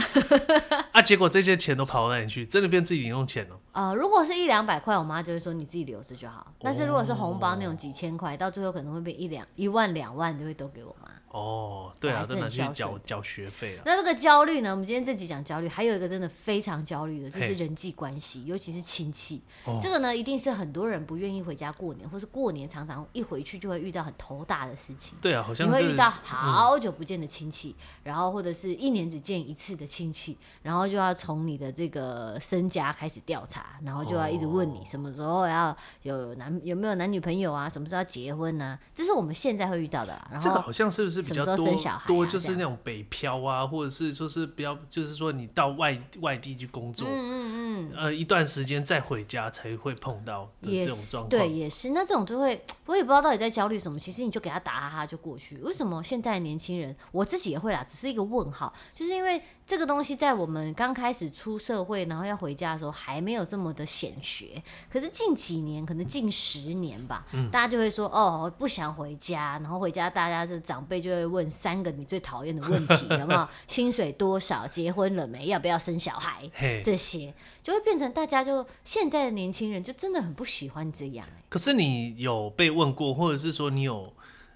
Speaker 1: 啊，结果这些钱都跑到哪里去？真的变自己零用钱哦了、
Speaker 2: 呃，如果是一两百块，我妈就会说你自己留着就好。但是如果是红包那
Speaker 1: 哦
Speaker 2: 种几千块，到最后可能会变一两一万两万就会都给我妈。
Speaker 1: 哦，对啊，
Speaker 2: 还是
Speaker 1: 都拿
Speaker 2: 很
Speaker 1: 去
Speaker 2: 孝顺
Speaker 1: 缴
Speaker 2: 的
Speaker 1: 缴学费啊了。
Speaker 2: 那这个焦虑呢？我们今天这集讲焦虑，还有一个真的非常焦虑的，就是
Speaker 1: 嘿
Speaker 2: 人际关系，尤其是亲戚。
Speaker 1: 哦
Speaker 2: 这个呢，一定是很多人不愿意回家过年，或是过年常常一回去就会遇到很头大的事情。
Speaker 1: 对啊，好
Speaker 2: 你
Speaker 1: 像
Speaker 2: 会
Speaker 1: 是
Speaker 2: 遇到好久不见的亲戚，然后或者是一年只见一次的亲戚，然后就要从你的这个身家开始调查，然后就要一直问你
Speaker 1: 哦
Speaker 2: 什么时候要有男有没有男女朋友啊，什么时候要结婚啊，这是我们现在会遇到的啦。然
Speaker 1: 这个
Speaker 2: 后
Speaker 1: 好像是不是比较
Speaker 2: 什么时
Speaker 1: 多、
Speaker 2: 候生小孩啊
Speaker 1: 多就是
Speaker 2: 这样
Speaker 1: 那种北漂啊，或者是就是比较就是说你到外外地去工作，
Speaker 2: 嗯嗯嗯。
Speaker 1: 呃，一段时间再回家才会碰到的
Speaker 2: 也
Speaker 1: 这种
Speaker 2: 是
Speaker 1: 状况。
Speaker 2: 对，也是。那这种就会，我也不知道到底在焦虑什么。其实你就给他打哈哈就过去。为什么现在的年轻人，我自己也会啦，只是一个问号，就是因为这个东西在我们刚开始出社会，然后要回家的时候，还没有这么的显学。可是近几年，可能近十年吧，
Speaker 1: 嗯
Speaker 2: 大家就会说哦，不想回家，然后回家大家这长辈就会问三个你最讨厌的问题，有没有？ <laughs> 薪水多少？结婚了没？要不要生小孩？
Speaker 1: 嘿，
Speaker 2: 这些就会变成大家就现在的年轻人就真的很不喜欢这样、欸
Speaker 1: 可是你有被问过，或者是说你有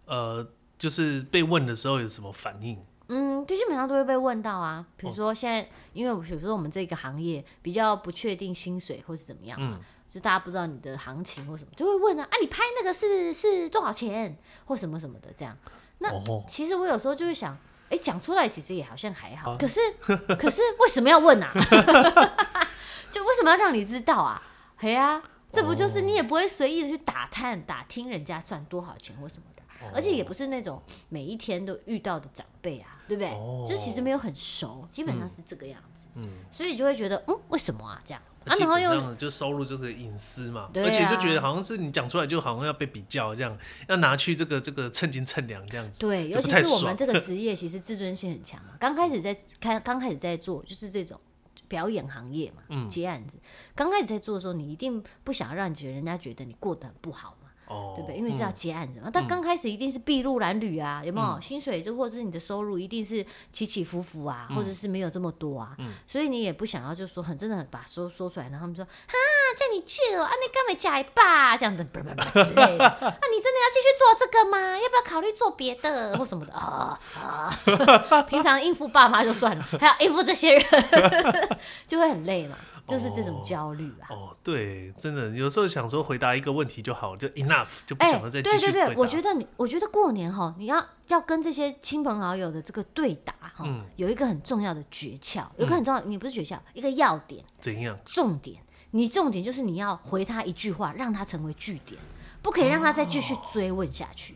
Speaker 1: 呃就是被问的时候有什么反应？
Speaker 2: 嗯，就基本上都会被问到啊。比如
Speaker 1: 哦
Speaker 2: 说现在，因为比如说我们这个行业比较不确定薪水或是怎么样
Speaker 1: 嗯
Speaker 2: 嘛，就大家不知道你的行情或什么，就会问啊，啊，你拍那个是是多少钱或什么什么的这样。那
Speaker 1: 哦，
Speaker 2: 其实我有时候就会想，哎、讲出来其实也好像还好，
Speaker 1: 啊
Speaker 2: 可是 <laughs> 可是为什么要问啊？ <laughs> 就为什么要让你知道啊？嘿呀、
Speaker 1: 哦
Speaker 2: 这不就是你也不会随意的去打探、打听人家赚多少钱或什么的，
Speaker 1: 哦
Speaker 2: 而且也不是那种每一天都遇到的长辈啊，对不对？
Speaker 1: 哦嗯
Speaker 2: 就其实没有很熟，基本上是这个样子，所以就会觉得，嗯，为什么啊这样啊？然后
Speaker 1: 基本
Speaker 2: 又
Speaker 1: 上就收入就是隐私嘛，
Speaker 2: 对啊
Speaker 1: 而且就觉得好像是你讲出来就好像要被比较这样，要拿去这个这个称斤称两这样子。
Speaker 2: 对，尤
Speaker 1: 不
Speaker 2: 其
Speaker 1: 太
Speaker 2: 是我
Speaker 1: 爽
Speaker 2: 们这个职业，其实自尊心很强嘛。刚开始在开，刚开始在做就是这种表演行业嘛，
Speaker 1: 嗯
Speaker 2: 接案子。刚开始在做的时候，你一定不想让觉得人家觉得你过得很不好嘛，
Speaker 1: 哦，
Speaker 2: 对不对？因为是要接案子嘛。但刚开始一定是筚路蓝缕啊，有没有？薪水就或者是你的收入一定是起起伏伏啊，或者是没有这么多啊，所以你也不想要就说很真的很把说说出来，然后他们说哈。叫你借哦，啊，你干嘛假一把这样的，不不不之类的。啊，你真的要继续做这个吗？要不要考虑做别的或什么的啊啊？ <laughs> 平常应付爸妈就算了，还要应付这些人， <laughs> 就会很累嘛，就是这种焦虑啊。
Speaker 1: 哦，对，真的有时候想说回答一个问题就好，就 enough 就不
Speaker 2: 哎、
Speaker 1: 想要再继
Speaker 2: 对
Speaker 1: 续
Speaker 2: 对
Speaker 1: 回答。
Speaker 2: 对，我觉得你，我觉得过年哈，你要要跟这些亲朋好友的这个对打哈，
Speaker 1: 嗯
Speaker 2: 有一个很重要的诀窍，嗯有一个很重要，你不是诀窍，一个要点，
Speaker 1: 怎样？
Speaker 2: 重点，你重点就是你要回他一句话，让他成为据点，不可以让他再继续追问下去。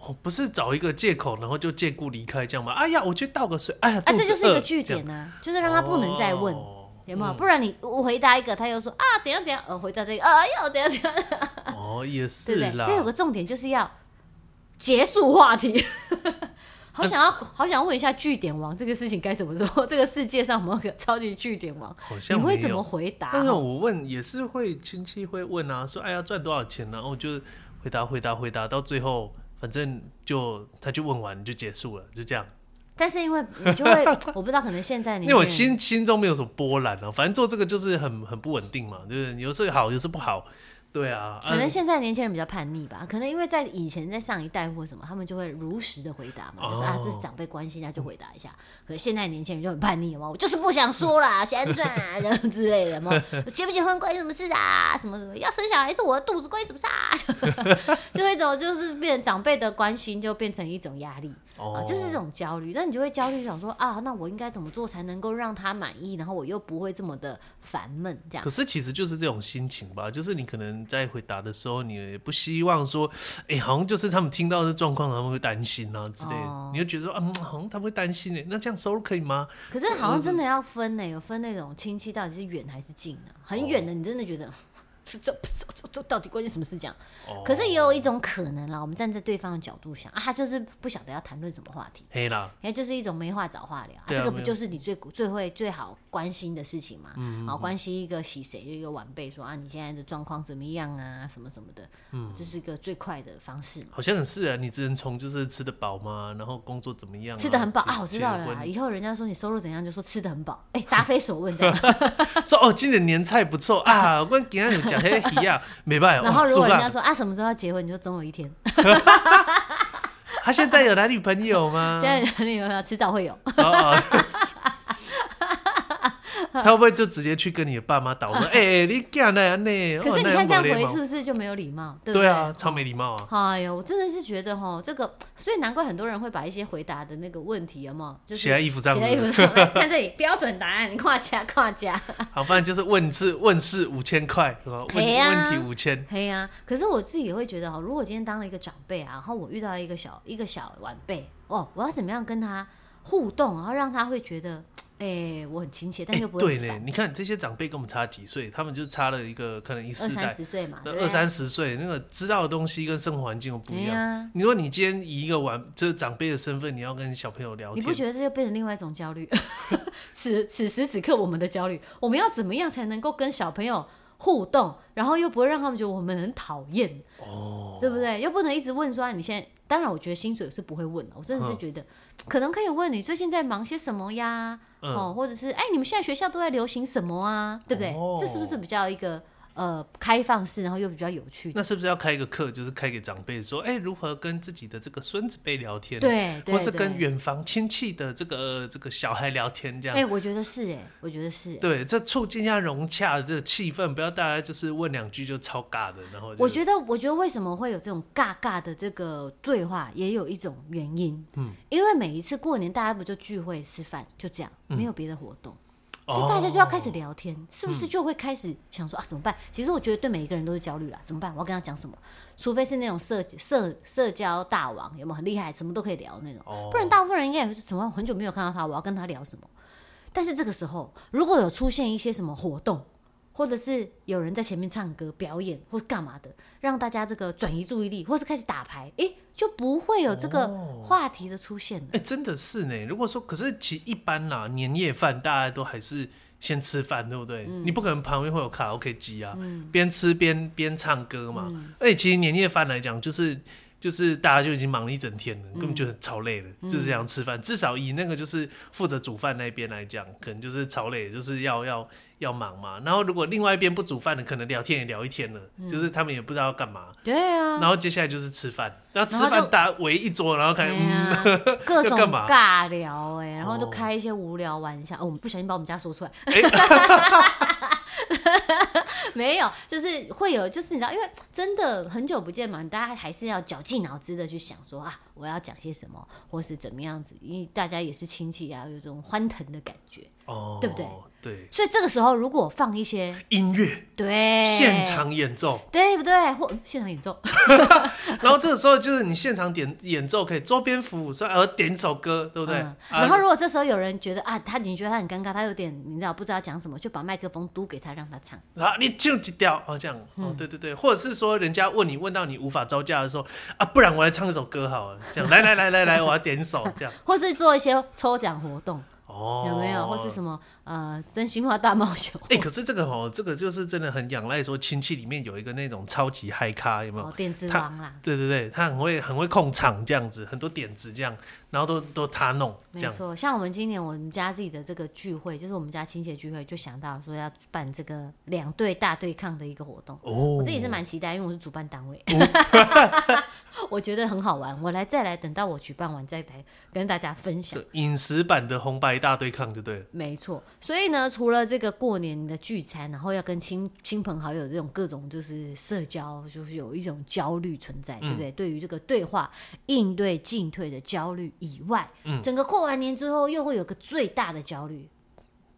Speaker 1: 哦，不是找一个借口，然后就借故离开这样吗？哎呀，我去倒个水。哎呀，
Speaker 2: 啊，
Speaker 1: 肚
Speaker 2: 这
Speaker 1: 子
Speaker 2: 就是一
Speaker 1: 饿
Speaker 2: 个哦嗯据点，呐、就是让他不能再问，
Speaker 1: 哦
Speaker 2: 有没有？不然你我回答一个，他又说啊怎样怎样，呃回答这个，呃要怎样怎样，
Speaker 1: 哦，也
Speaker 2: 对
Speaker 1: 是
Speaker 2: <laughs> 不对？
Speaker 1: 啦。
Speaker 2: 所以有个重点就是要结束话题。 <laughs> 好想要，好想问一下据点王这个事情该怎么做？ <laughs> 这个世界上有没有个超级据点王？
Speaker 1: 好
Speaker 2: 你
Speaker 1: 像
Speaker 2: 会
Speaker 1: 没
Speaker 2: 怎
Speaker 1: 有
Speaker 2: 么回答？
Speaker 1: 但是我问也是会亲戚会问啊，说哎呀赚多少钱呢、然后我就回答回答回答，到最后反正就他就问完就结束了，就这样。
Speaker 2: 但是因为你就会， <laughs> 我不知道，可能现在你
Speaker 1: 因为我心心中没有什么波澜啊，反正做这个就是很很不稳定嘛，就是有时候好，有时候不好，对啊。
Speaker 2: 可能
Speaker 1: 啊
Speaker 2: 现在年轻人比较叛逆吧，可能因为在以前在上一代或什么，他们就会如实的回答嘛，就是啊
Speaker 1: 哦，
Speaker 2: 这是长辈关心，那就回答一下。可是现在年轻人就很叛逆嘛，我 <laughs> 就是不想说啦， <laughs> 现在赚啊这样之类的
Speaker 1: <laughs>
Speaker 2: 嘛，结不结婚关你什么事啊？什么什么要生小孩是我的肚子关你什么事啊？ <laughs> 就会一种就是变成长辈的关心就变成一种压力。啊，
Speaker 1: 哦
Speaker 2: 就是这种焦虑，那你就会焦虑，想说啊，那我应该怎么做才能够让他满意，然后我又不会这么的烦闷，这样
Speaker 1: 可。是其实就是这种心情吧，就是你可能在回答的时候，你也不希望说，哎、好像就是他们听到这状况，他们会担心啊之类的，
Speaker 2: 哦
Speaker 1: 你就觉得说，啊嗯，好像他们会担心哎，那这样收入可以吗？
Speaker 2: 可是好像真
Speaker 1: 嗯
Speaker 2: 的要分呢、有分那种亲戚到底是远还是近啊？很
Speaker 1: 哦
Speaker 2: 远的，你真的觉得 <laughs> 这这这这这到底关你什么事？这样，
Speaker 1: 哦，
Speaker 2: 可是也有一种可能啊啦，我们站在对方的角度想啊，他就是不晓得要谈论什么话题，
Speaker 1: 黑啦，
Speaker 2: 哎，就是一种没话找话聊，啊
Speaker 1: 对啊
Speaker 2: 这个
Speaker 1: 没
Speaker 2: 不
Speaker 1: 有
Speaker 2: 就是你最最会最好关心的事情吗？嗯，好关心一个洗谁，就一个晚辈说啊，你现在的状况怎么样啊，什么什么的，嗯，这是一个最快的方式嘛。
Speaker 1: 好像很是啊，你只能从就是吃得饱吗？然后工作怎么样、
Speaker 2: 吃的很饱
Speaker 1: 嗯结
Speaker 2: 啊，我知道了
Speaker 1: 结
Speaker 2: 啦。
Speaker 1: 婚 <laughs>
Speaker 2: 以后人家说你收入怎样，就说吃的很饱，哎，答非所问这样。
Speaker 1: 说哦，今年年菜不错啊，我今天有讲黑鱼啊， <laughs> 没办法。
Speaker 2: 然后
Speaker 1: 哇
Speaker 2: 如果
Speaker 1: 做
Speaker 2: 人
Speaker 1: 啦
Speaker 2: 家说啊什么时候要结婚，你就总有一天，
Speaker 1: 他现在有男女朋友吗
Speaker 2: 现？在你有没有迟早会有？
Speaker 1: 哦哦 <laughs> 他会不会就直接去跟你的爸妈捣
Speaker 2: <laughs>
Speaker 1: 乱？哎、你干那样呢？
Speaker 2: 可
Speaker 1: 哦
Speaker 2: 是你
Speaker 1: 那
Speaker 2: 看
Speaker 1: 样
Speaker 2: 这样
Speaker 1: 没礼
Speaker 2: 回
Speaker 1: 貌
Speaker 2: 是不是就没有礼貌？对不
Speaker 1: 对啊，超没礼貌啊！
Speaker 2: 哎呦，我真的是觉得哈，这个，所以难怪很多人会把一些回答的那个问题有没有，就是
Speaker 1: 写在衣服上
Speaker 2: 写在衣
Speaker 1: 面，
Speaker 2: 服上，来 <laughs> 看这里标准答案，跨加跨加。
Speaker 1: 好，反正就是问是问是五千块，是吧问
Speaker 2: 赔啊
Speaker 1: 问题五千，
Speaker 2: 嘿呀、可是我自己也会觉得哈，如果今天当了一个长辈啊，然后我遇到一个小一个小晚辈哦，我要怎么样跟他互动，然后让他会觉得，哎、我很亲切，但
Speaker 1: 哎、
Speaker 2: 是又不会
Speaker 1: 对
Speaker 2: 很
Speaker 1: 呢
Speaker 2: 烦，，
Speaker 1: 你看这些长辈跟我们差几岁，他们就差了一个可能一
Speaker 2: 二
Speaker 1: 世
Speaker 2: 三
Speaker 1: 代，
Speaker 2: 十岁嘛，
Speaker 1: 那
Speaker 2: 对啊不对
Speaker 1: 二三十岁，那个知道的东西跟生活环境又不一
Speaker 2: 哎
Speaker 1: 样。
Speaker 2: 呀
Speaker 1: 你说你今天以一个晚这长辈的身份，你要跟小朋友聊
Speaker 2: 你
Speaker 1: 天，
Speaker 2: 不觉得这就变成另外一种焦虑？ <laughs> 此此时此刻我们的焦虑，我们要怎么样才能够跟小朋友互动，然后又不会让他们觉得我们很讨厌，
Speaker 1: 哦，
Speaker 2: 对不对？又不能一直问说、啊、你现在，当然我觉得薪水我是不会问的，我真的是
Speaker 1: 嗯
Speaker 2: 觉得、可能可以问你最近在忙些什么呀，
Speaker 1: 嗯
Speaker 2: 哦，或者是哎你们现在学校都在流行什么啊，对不对？
Speaker 1: 哦
Speaker 2: 这是不是比较一个呃开放式，然后又比较有趣的。
Speaker 1: 那是不是要开一个课，就是开给长辈说，哎、如何跟自己的这个孙子辈聊天，，
Speaker 2: 对，对
Speaker 1: 或是跟
Speaker 2: 对
Speaker 1: 远房亲戚的这个、呃这个小孩聊天这样。
Speaker 2: 哎、我觉得是哎、我觉得是、哎
Speaker 1: 对，这促进一下融洽的这个气氛，不要大家就是问两句就超尬的，然后就
Speaker 2: 我觉得，我觉得为什么会有这种尬尬的这个对话，也有一种原因。嗯，因为每一次过年，大家不就聚会吃饭，就这样，没
Speaker 1: 嗯
Speaker 2: 有别的活动，所以大家就要开始
Speaker 1: 哦
Speaker 2: 聊天，是不是就会开始想说、啊怎么办？其实我觉得对每一个人都是焦虑啦，怎么办？我要跟他讲什么？除非是那种社社社交大王，有没有很厉害，什么都可以聊那种。
Speaker 1: 哦
Speaker 2: 不然大部分人应该也是怎么很久没有看到他，我要跟他聊什么？但是这个时候，如果有出现一些什么活动，或者是有人在前面唱歌、表演或干嘛的，让大家这个转移注意力，或是开始打牌，诶、就不会有这个
Speaker 1: 哦
Speaker 2: 话题的出现了。
Speaker 1: 哎、真的是呢。如果说，可是其实一般啦，年夜饭大家都还是先吃饭，对不对？你不可能旁边会有卡拉 OK 机啊，边、吃边边唱歌嘛。而且其实年夜饭来讲，就是就是大家就已经忙了一整天了，根本就很超累了，就是这样吃饭。至少以那个就是负责煮饭那边来讲，可能就是超累，就是要要要忙嘛。然后如果另外一边不煮饭的，可能聊天也聊一天了，就是他们也不知道要干嘛。
Speaker 2: 对啊，
Speaker 1: 然后接下来就是吃饭，然后吃
Speaker 2: 然后
Speaker 1: 饭
Speaker 2: 就
Speaker 1: 大家围一桌，然后开
Speaker 2: 哎
Speaker 1: 始、嗯
Speaker 2: 呀，
Speaker 1: <laughs>
Speaker 2: 各种尬聊哎、然后就
Speaker 1: 哦
Speaker 2: 开一些无聊玩笑。哦，我们不小心把我们家说出来， <laughs> 没有，就是会有，就是你知道，因为真的很久不见嘛，大家还是要绞尽脑汁的去想说啊，我要讲些什么，或是怎么样子，因为大家也是亲戚啊，有种欢腾的感觉。
Speaker 1: 哦，
Speaker 2: 对不对？
Speaker 1: 对，
Speaker 2: 所以这个时候，如果放一些
Speaker 1: 音乐
Speaker 2: 对
Speaker 1: 现场演
Speaker 2: <laughs>
Speaker 1: 奏，
Speaker 2: 对不对？或嗯现场演奏，
Speaker 1: 然后这个时候就是你现场点演奏可以周边服务，说呃点一首歌，对不对？
Speaker 2: 嗯
Speaker 1: 啊
Speaker 2: 然后如果这时候有人觉得啊，他你觉得他很尴尬，他有点你知道不知道讲什么，就把麦克风嘟给他，让他唱。
Speaker 1: 然后你就几调哦，这样
Speaker 2: 嗯
Speaker 1: 哦，对对对，或者是说人家问你问到你无法招架的时候啊，不然我来唱一首歌好了，这样来来来来来，我要点一首
Speaker 2: <laughs>
Speaker 1: 这样
Speaker 2: 或是做一些抽奖活动，
Speaker 1: 哦，
Speaker 2: 有没有？或是什么呃真心话大冒险？
Speaker 1: 哎、可是这个哦，这个就是真的很仰赖说亲戚里面有一个那种超级嗨咖，有没有？
Speaker 2: 哦，电子
Speaker 1: 他
Speaker 2: 王啦，
Speaker 1: 对对对，他很会很会控场这样子，很多点子这样，然后都都他弄这
Speaker 2: 没
Speaker 1: 样。
Speaker 2: 错。像我们今年我们家自己的这个聚会，就是我们家亲戚的聚会，就想到说要办这个两队大对抗的一个活动。
Speaker 1: 哦，
Speaker 2: 我自己是蛮期待，因为我是主办单位， <laughs> 我觉得很好玩。我来再来，等到我举办完再来跟大家分享。
Speaker 1: 是饮食版的红白大对抗就对了。
Speaker 2: 没错，所以呢，除了这个过年的聚餐，然后要跟亲亲朋好友这种各种就是社交，就是有一种焦虑存在，对不
Speaker 1: 嗯
Speaker 2: 对？对于这个对话、应对、进退的焦虑以外，
Speaker 1: 嗯
Speaker 2: 整个过完年之后又会有个最大的焦虑，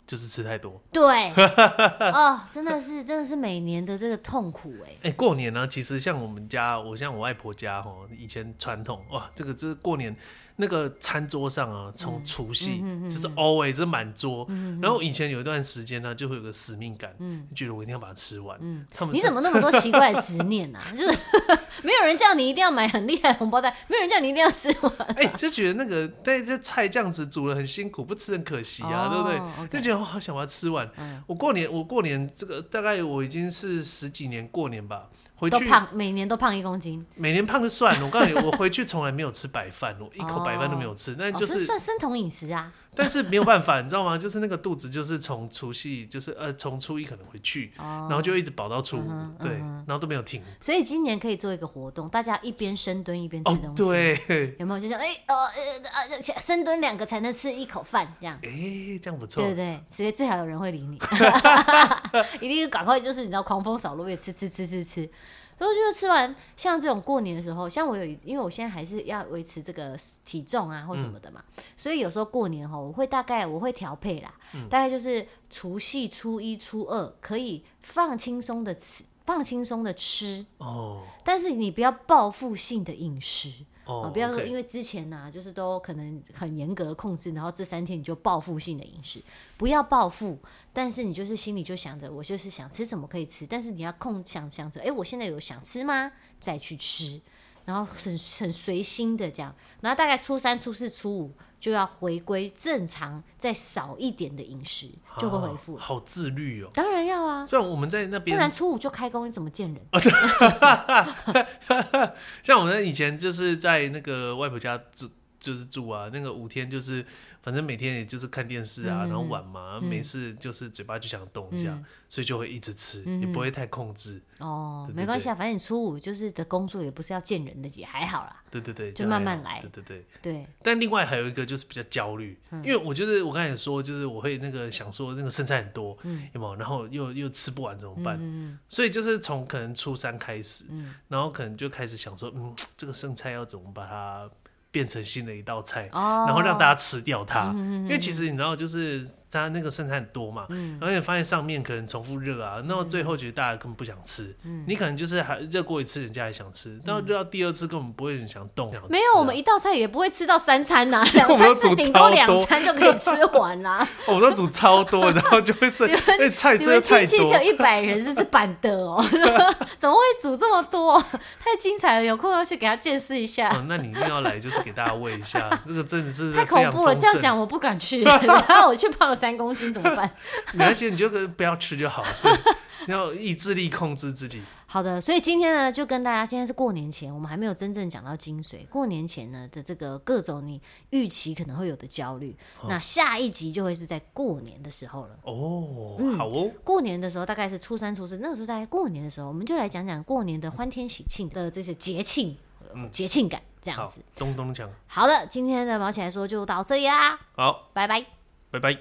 Speaker 1: 就是吃太多， <laughs>
Speaker 2: 对，哦，真的是真的是每年的这个痛苦哎、
Speaker 1: 哎、过年呢、其实像我们家，我像我外婆家哦，以前传统哇，这个这过年那个餐桌上啊，
Speaker 2: 嗯
Speaker 1: 从除夕、就是 always 是满桌、然后以前有一段时间呢、就会有个使命感，就觉得我一定要把它吃完。他们
Speaker 2: 嗯你
Speaker 1: 是
Speaker 2: 怎么那么多奇怪的执念啊？ <laughs> 就是没有人叫你一定要买很厉害的红包袋，没有人叫你一定要吃
Speaker 1: <laughs>
Speaker 2: 完。
Speaker 1: 哎、就觉得那个但这菜这样子煮的很辛苦，不吃很可惜
Speaker 2: 哦
Speaker 1: 啊，对不对？
Speaker 2: 对
Speaker 1: 就觉得我好想把它吃完。
Speaker 2: 嗯
Speaker 1: 我过年，我过年这个大概我已经是十几年过年吧，回
Speaker 2: 都
Speaker 1: 去
Speaker 2: 胖，每年都胖一公斤，
Speaker 1: 每年胖就算了。我告诉你，我回去从来没有吃白饭，我一口白饭都没有吃。但就
Speaker 2: 哦这
Speaker 1: 是，
Speaker 2: 算生酮饮食啊。
Speaker 1: 但是没有办法，你知道吗？就是那个肚子，就是从除夕，就是呃，从初一可能回去，
Speaker 2: 哦
Speaker 1: 然后就一直饱到初
Speaker 2: 嗯
Speaker 1: 五
Speaker 2: 哼，
Speaker 1: 对，
Speaker 2: 嗯
Speaker 1: 然后都没有停。
Speaker 2: 所以今年可以做一个活动，大家一边深蹲一边吃
Speaker 1: 哦
Speaker 2: 东西，，
Speaker 1: 对， <laughs>
Speaker 2: 有没有？就像哎、呃呃呃呃，深蹲两个才能吃一口饭这样。
Speaker 1: 哎，这样不错
Speaker 2: 对。对对，所以最好有人会理你，一定赶快就是你知道狂风扫落叶，吃吃吃吃吃。所以我觉得吃完像这种过年的时候，像我有一，因为我现在还是要维持这个体重啊或什么的嘛，所以有时候过年吼，我会大概我会调配啦，大概就是除夕、初一、初二可以放轻松的吃，放轻松的吃，
Speaker 1: 哦
Speaker 2: 但是你不要报复性的饮食啊、
Speaker 1: 哦，
Speaker 2: 不要说因
Speaker 1: 为
Speaker 2: 为之前呐、就是都可能很严格的控制，然后这三天你就报复性的饮食，不要报复，但是你就是心里就想着我就是想吃什么可以吃，但是你要控想想着，哎、我现在有想吃吗？再去吃，然后很很随心的这样，然后大概初三、初四、初五就要回归正常，再少一点的饮食就会恢复了。
Speaker 1: 啊好自律哦。
Speaker 2: 当然要啊，
Speaker 1: 虽然我们在那
Speaker 2: 不
Speaker 1: 边
Speaker 2: 然初五就开工，你怎么见人？
Speaker 1: 哎像我们以前就是在那个外婆家住就是住啊，那个五天就是反正每天也就是看电视
Speaker 2: 嗯
Speaker 1: 啊，然后玩嘛，没事就是嘴巴就想动一下，所以就会一直吃，
Speaker 2: 嗯
Speaker 1: 也不会太控制。
Speaker 2: 哦
Speaker 1: 对，对
Speaker 2: 没关系啊，反正你初五就是的工作也不是要见人的，也还好啦。
Speaker 1: 对对对，
Speaker 2: 就
Speaker 1: 还好
Speaker 2: 慢慢来
Speaker 1: 对对对。
Speaker 2: 对，
Speaker 1: 但另外还有一个就是比较焦虑，
Speaker 2: 嗯
Speaker 1: 因为我就是我刚才也说，就是我会那个想说那个剩菜很多，
Speaker 2: 嗯
Speaker 1: 有没有？然后又又吃不完怎么办？所以就是从可能初三开始，
Speaker 2: 嗯
Speaker 1: 然后可能就开始想说，嗯，这个剩菜要怎么把它变成新的一道菜，
Speaker 2: 哦嗯
Speaker 1: 然后让大家吃掉它。因为其实你知道，就是它那个剩菜很多嘛，
Speaker 2: 嗯
Speaker 1: 然后你发现上面可能重复热啊，那到最后觉得大家根本不想吃。
Speaker 2: 嗯
Speaker 1: 你可能就是还热过一次，人家还想吃，到热到第二次根本不会很想动。想吃
Speaker 2: 没有，
Speaker 1: 啊
Speaker 2: 我们一道菜也不会吃到三餐呐、两
Speaker 1: <laughs> 我们都
Speaker 2: 餐
Speaker 1: 煮
Speaker 2: 至顶多
Speaker 1: 超
Speaker 2: 两
Speaker 1: 多
Speaker 2: 餐就可以吃完啊啦。
Speaker 1: 哦我都煮超
Speaker 2: <laughs>
Speaker 1: 多，然后就会剩， <laughs> 哎、菜
Speaker 2: 你
Speaker 1: 真的
Speaker 2: 们亲
Speaker 1: 太
Speaker 2: 戚只
Speaker 1: 多
Speaker 2: 有。一百人，就是板的哦， <laughs> 怎么会煮这么多？太精彩了，有空要去给他见识一下。
Speaker 1: 哦，那你一定要来，就是给大家喂一
Speaker 2: <laughs>
Speaker 1: 下，这个真的是
Speaker 2: 太
Speaker 1: 非
Speaker 2: 恐
Speaker 1: 常
Speaker 2: 怖了，
Speaker 1: 丰
Speaker 2: 这样
Speaker 1: 盛
Speaker 2: 讲我不敢去， <laughs> 然后我去胖了三公斤怎么办？
Speaker 1: 没关系，你就跟不要吃就好，对你要意志力控制自己。
Speaker 2: 好的，所以今天呢，就跟大家，现在是过年前，我们还没有真正讲到精髓。过年前呢的这个各种你预期可能会有的焦虑，那下一集就会是在过年的时候了。
Speaker 1: 哦，
Speaker 2: 嗯
Speaker 1: 好哦，
Speaker 2: 过年的时候大概是初三、初四，那个时候大概过年的时候，我们就来讲讲过年的欢天喜庆的这些节庆、呃节庆感这
Speaker 1: 嗯
Speaker 2: 样
Speaker 1: 好
Speaker 2: 子。，
Speaker 1: 咚咚锵，
Speaker 2: 好的，今天的毛起来说就到这里啦，
Speaker 1: 好，
Speaker 2: 拜拜。
Speaker 1: 拜拜。